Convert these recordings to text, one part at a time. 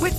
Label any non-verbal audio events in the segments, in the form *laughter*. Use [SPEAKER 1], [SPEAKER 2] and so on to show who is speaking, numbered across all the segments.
[SPEAKER 1] With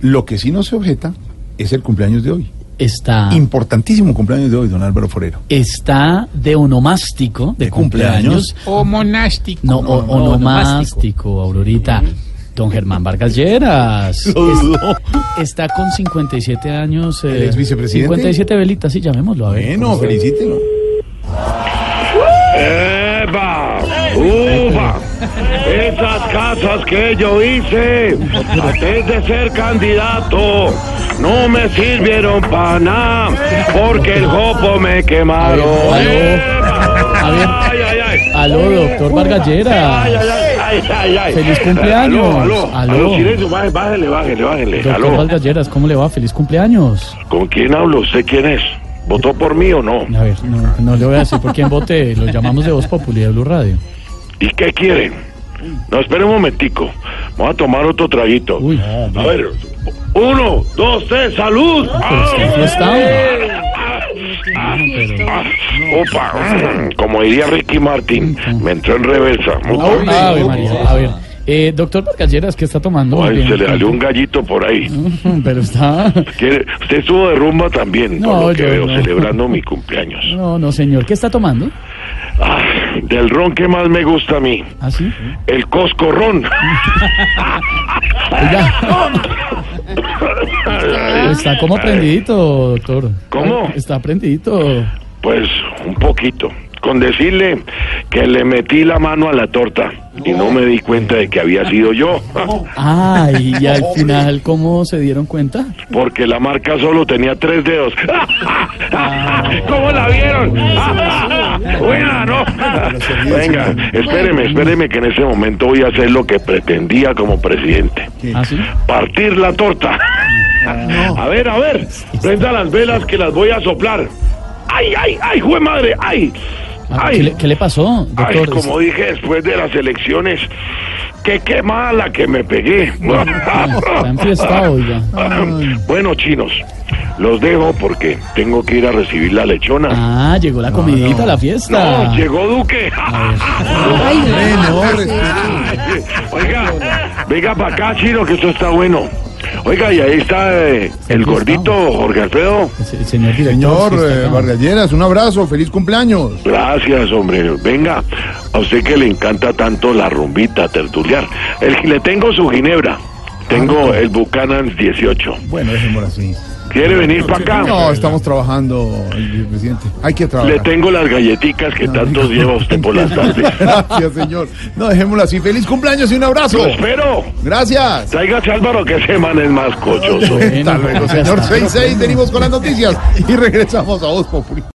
[SPEAKER 2] Lo que sí no se objeta es el cumpleaños de hoy. Ah.
[SPEAKER 3] Está,
[SPEAKER 2] Importantísimo cumpleaños de hoy, don Álvaro *laughs* Forero.
[SPEAKER 3] está de onomástico, de, cumpleaños.
[SPEAKER 4] O monástico.
[SPEAKER 3] No, o- onomástico, Aurorita. Don Germán Vargas Lleras. Es- está con 57 años. eh,
[SPEAKER 2] ¿El ex vicepresidente?
[SPEAKER 3] 57 velitas, sí, llamémoslo. A ver,
[SPEAKER 2] Bueno,
[SPEAKER 3] ¿cómo se-
[SPEAKER 2] felicítelo.
[SPEAKER 5] ¡Eva! ¡Uva! Esas casas que yo hice antes de ser candidato no me sirvieron para nada porque el jopo me quemaron.
[SPEAKER 3] A ver,
[SPEAKER 5] ¡Eva!
[SPEAKER 3] a ver.
[SPEAKER 5] ¡Ay, ay, ay!
[SPEAKER 3] Aló, doctor Vargas
[SPEAKER 5] Ay, ay,
[SPEAKER 3] Lleras.
[SPEAKER 5] ay, ay, ay.
[SPEAKER 3] Feliz cumpleaños.
[SPEAKER 5] Aló, aló, aló,
[SPEAKER 3] Aló.
[SPEAKER 5] silencio, bájale, bájale, bájale, bájale.
[SPEAKER 3] Doctor
[SPEAKER 5] Aló,
[SPEAKER 3] Vargas Lleras, ¿cómo le va? Feliz cumpleaños.
[SPEAKER 5] ¿con quién hablo? ¿Sé quién es? ¿Votó por mí o no?
[SPEAKER 3] A ver, no, no le voy a decir por quién voté. Lo llamamos de Voz Populi de Blue Radio.
[SPEAKER 5] ¿Y qué quieren? No, esperen un momentico. Vamos a tomar otro traguito.
[SPEAKER 3] Uy,
[SPEAKER 5] A ver, uno, dos, tres, salud.
[SPEAKER 3] Ah, pues, aquí está, hombre.
[SPEAKER 5] Ah, ah,
[SPEAKER 3] pero-
[SPEAKER 5] ah, Opa, mm, como diría Ricky Martin, me entró en reversa.
[SPEAKER 3] Ah, A ver, María, a ver. Eh, doctor Vargas Lleras, ¿qué está tomando? Muy
[SPEAKER 5] Ay,
[SPEAKER 3] bien.
[SPEAKER 5] se le salió un gallito por ahí.
[SPEAKER 3] *laughs* Pero está...
[SPEAKER 5] ¿Quiere- Usted estuvo de rumba también,
[SPEAKER 3] No,
[SPEAKER 5] por lo que
[SPEAKER 3] yo
[SPEAKER 5] veo,
[SPEAKER 3] no.
[SPEAKER 5] celebrando mi cumpleaños.
[SPEAKER 3] No, no, señor. ¿Qué está tomando?
[SPEAKER 5] Ah, del ron que más me gusta a mí,
[SPEAKER 3] ¿Ah, sí?
[SPEAKER 5] el coscorrón.
[SPEAKER 3] Está como prendidito, doctor.
[SPEAKER 5] ¿Cómo?
[SPEAKER 3] Está prendidito.
[SPEAKER 5] Pues un poquito. Con decirle que le metí la mano a la torta y no me di cuenta de que había sido yo,
[SPEAKER 3] Ah, y al final, ¿cómo se dieron cuenta?
[SPEAKER 5] porque la marca solo tenía tres dedos. ¿Cómo la vieron? Buena, ¿no? Venga, espéreme, espéreme que en ese momento voy a hacer lo que pretendía como presidente.
[SPEAKER 3] ¿Ah, sí?
[SPEAKER 5] Partir la torta.
[SPEAKER 3] Ah,
[SPEAKER 5] A ver, a ver, prenda las velas que las voy a soplar. ¡Ay, ay, ay, jue madre! ¡Ay!
[SPEAKER 3] Ah, ¿Qué le, qué le pasó,
[SPEAKER 5] Ay,
[SPEAKER 3] doctor?
[SPEAKER 5] como dije después de las elecciones, qué quemada la que me pegué.
[SPEAKER 3] Está enfiestado ya.
[SPEAKER 5] *laughs* bueno, chinos, los dejo porque tengo que ir a recibir la lechona.
[SPEAKER 3] Ah, llegó la comidita, la fiesta.
[SPEAKER 5] No, llegó Duque. *laughs*
[SPEAKER 2] Ah, pues,
[SPEAKER 5] Oiga, venga para acá, chino, que esto está bueno. Oiga, y ahí está eh, el gordito Jorge Alfredo.
[SPEAKER 3] Se- señor director.
[SPEAKER 2] Señor
[SPEAKER 3] sí
[SPEAKER 2] eh,
[SPEAKER 3] está acá.
[SPEAKER 2] Vargas Lleras, un abrazo, feliz cumpleaños.
[SPEAKER 5] Gracias, hombre. Venga, a usted que le encanta tanto la rumbita, tertuliar. El, le tengo su ginebra. Tengo el Buchanan 18.
[SPEAKER 2] Bueno, dejémoslo así. Ah,
[SPEAKER 5] ¿Quiere venir para acá?
[SPEAKER 2] No, estamos trabajando, el presidente. Hay que
[SPEAKER 5] Le
[SPEAKER 2] trabajar.
[SPEAKER 5] tengo las galletitas que tanto lleva usted
[SPEAKER 2] *laughs*
[SPEAKER 5] por las tardes.
[SPEAKER 2] Gracias, señor. No, dejémoslo así. Feliz cumpleaños y un abrazo.
[SPEAKER 5] Lo espero.
[SPEAKER 2] Gracias.
[SPEAKER 5] Tráigase Álvaro que ese man es más cochoso.
[SPEAKER 2] Hasta luego,
[SPEAKER 3] ya
[SPEAKER 2] señor.
[SPEAKER 3] *laughs* está.
[SPEAKER 2] 6-6, venimos con las noticias y regresamos a Voz Populi.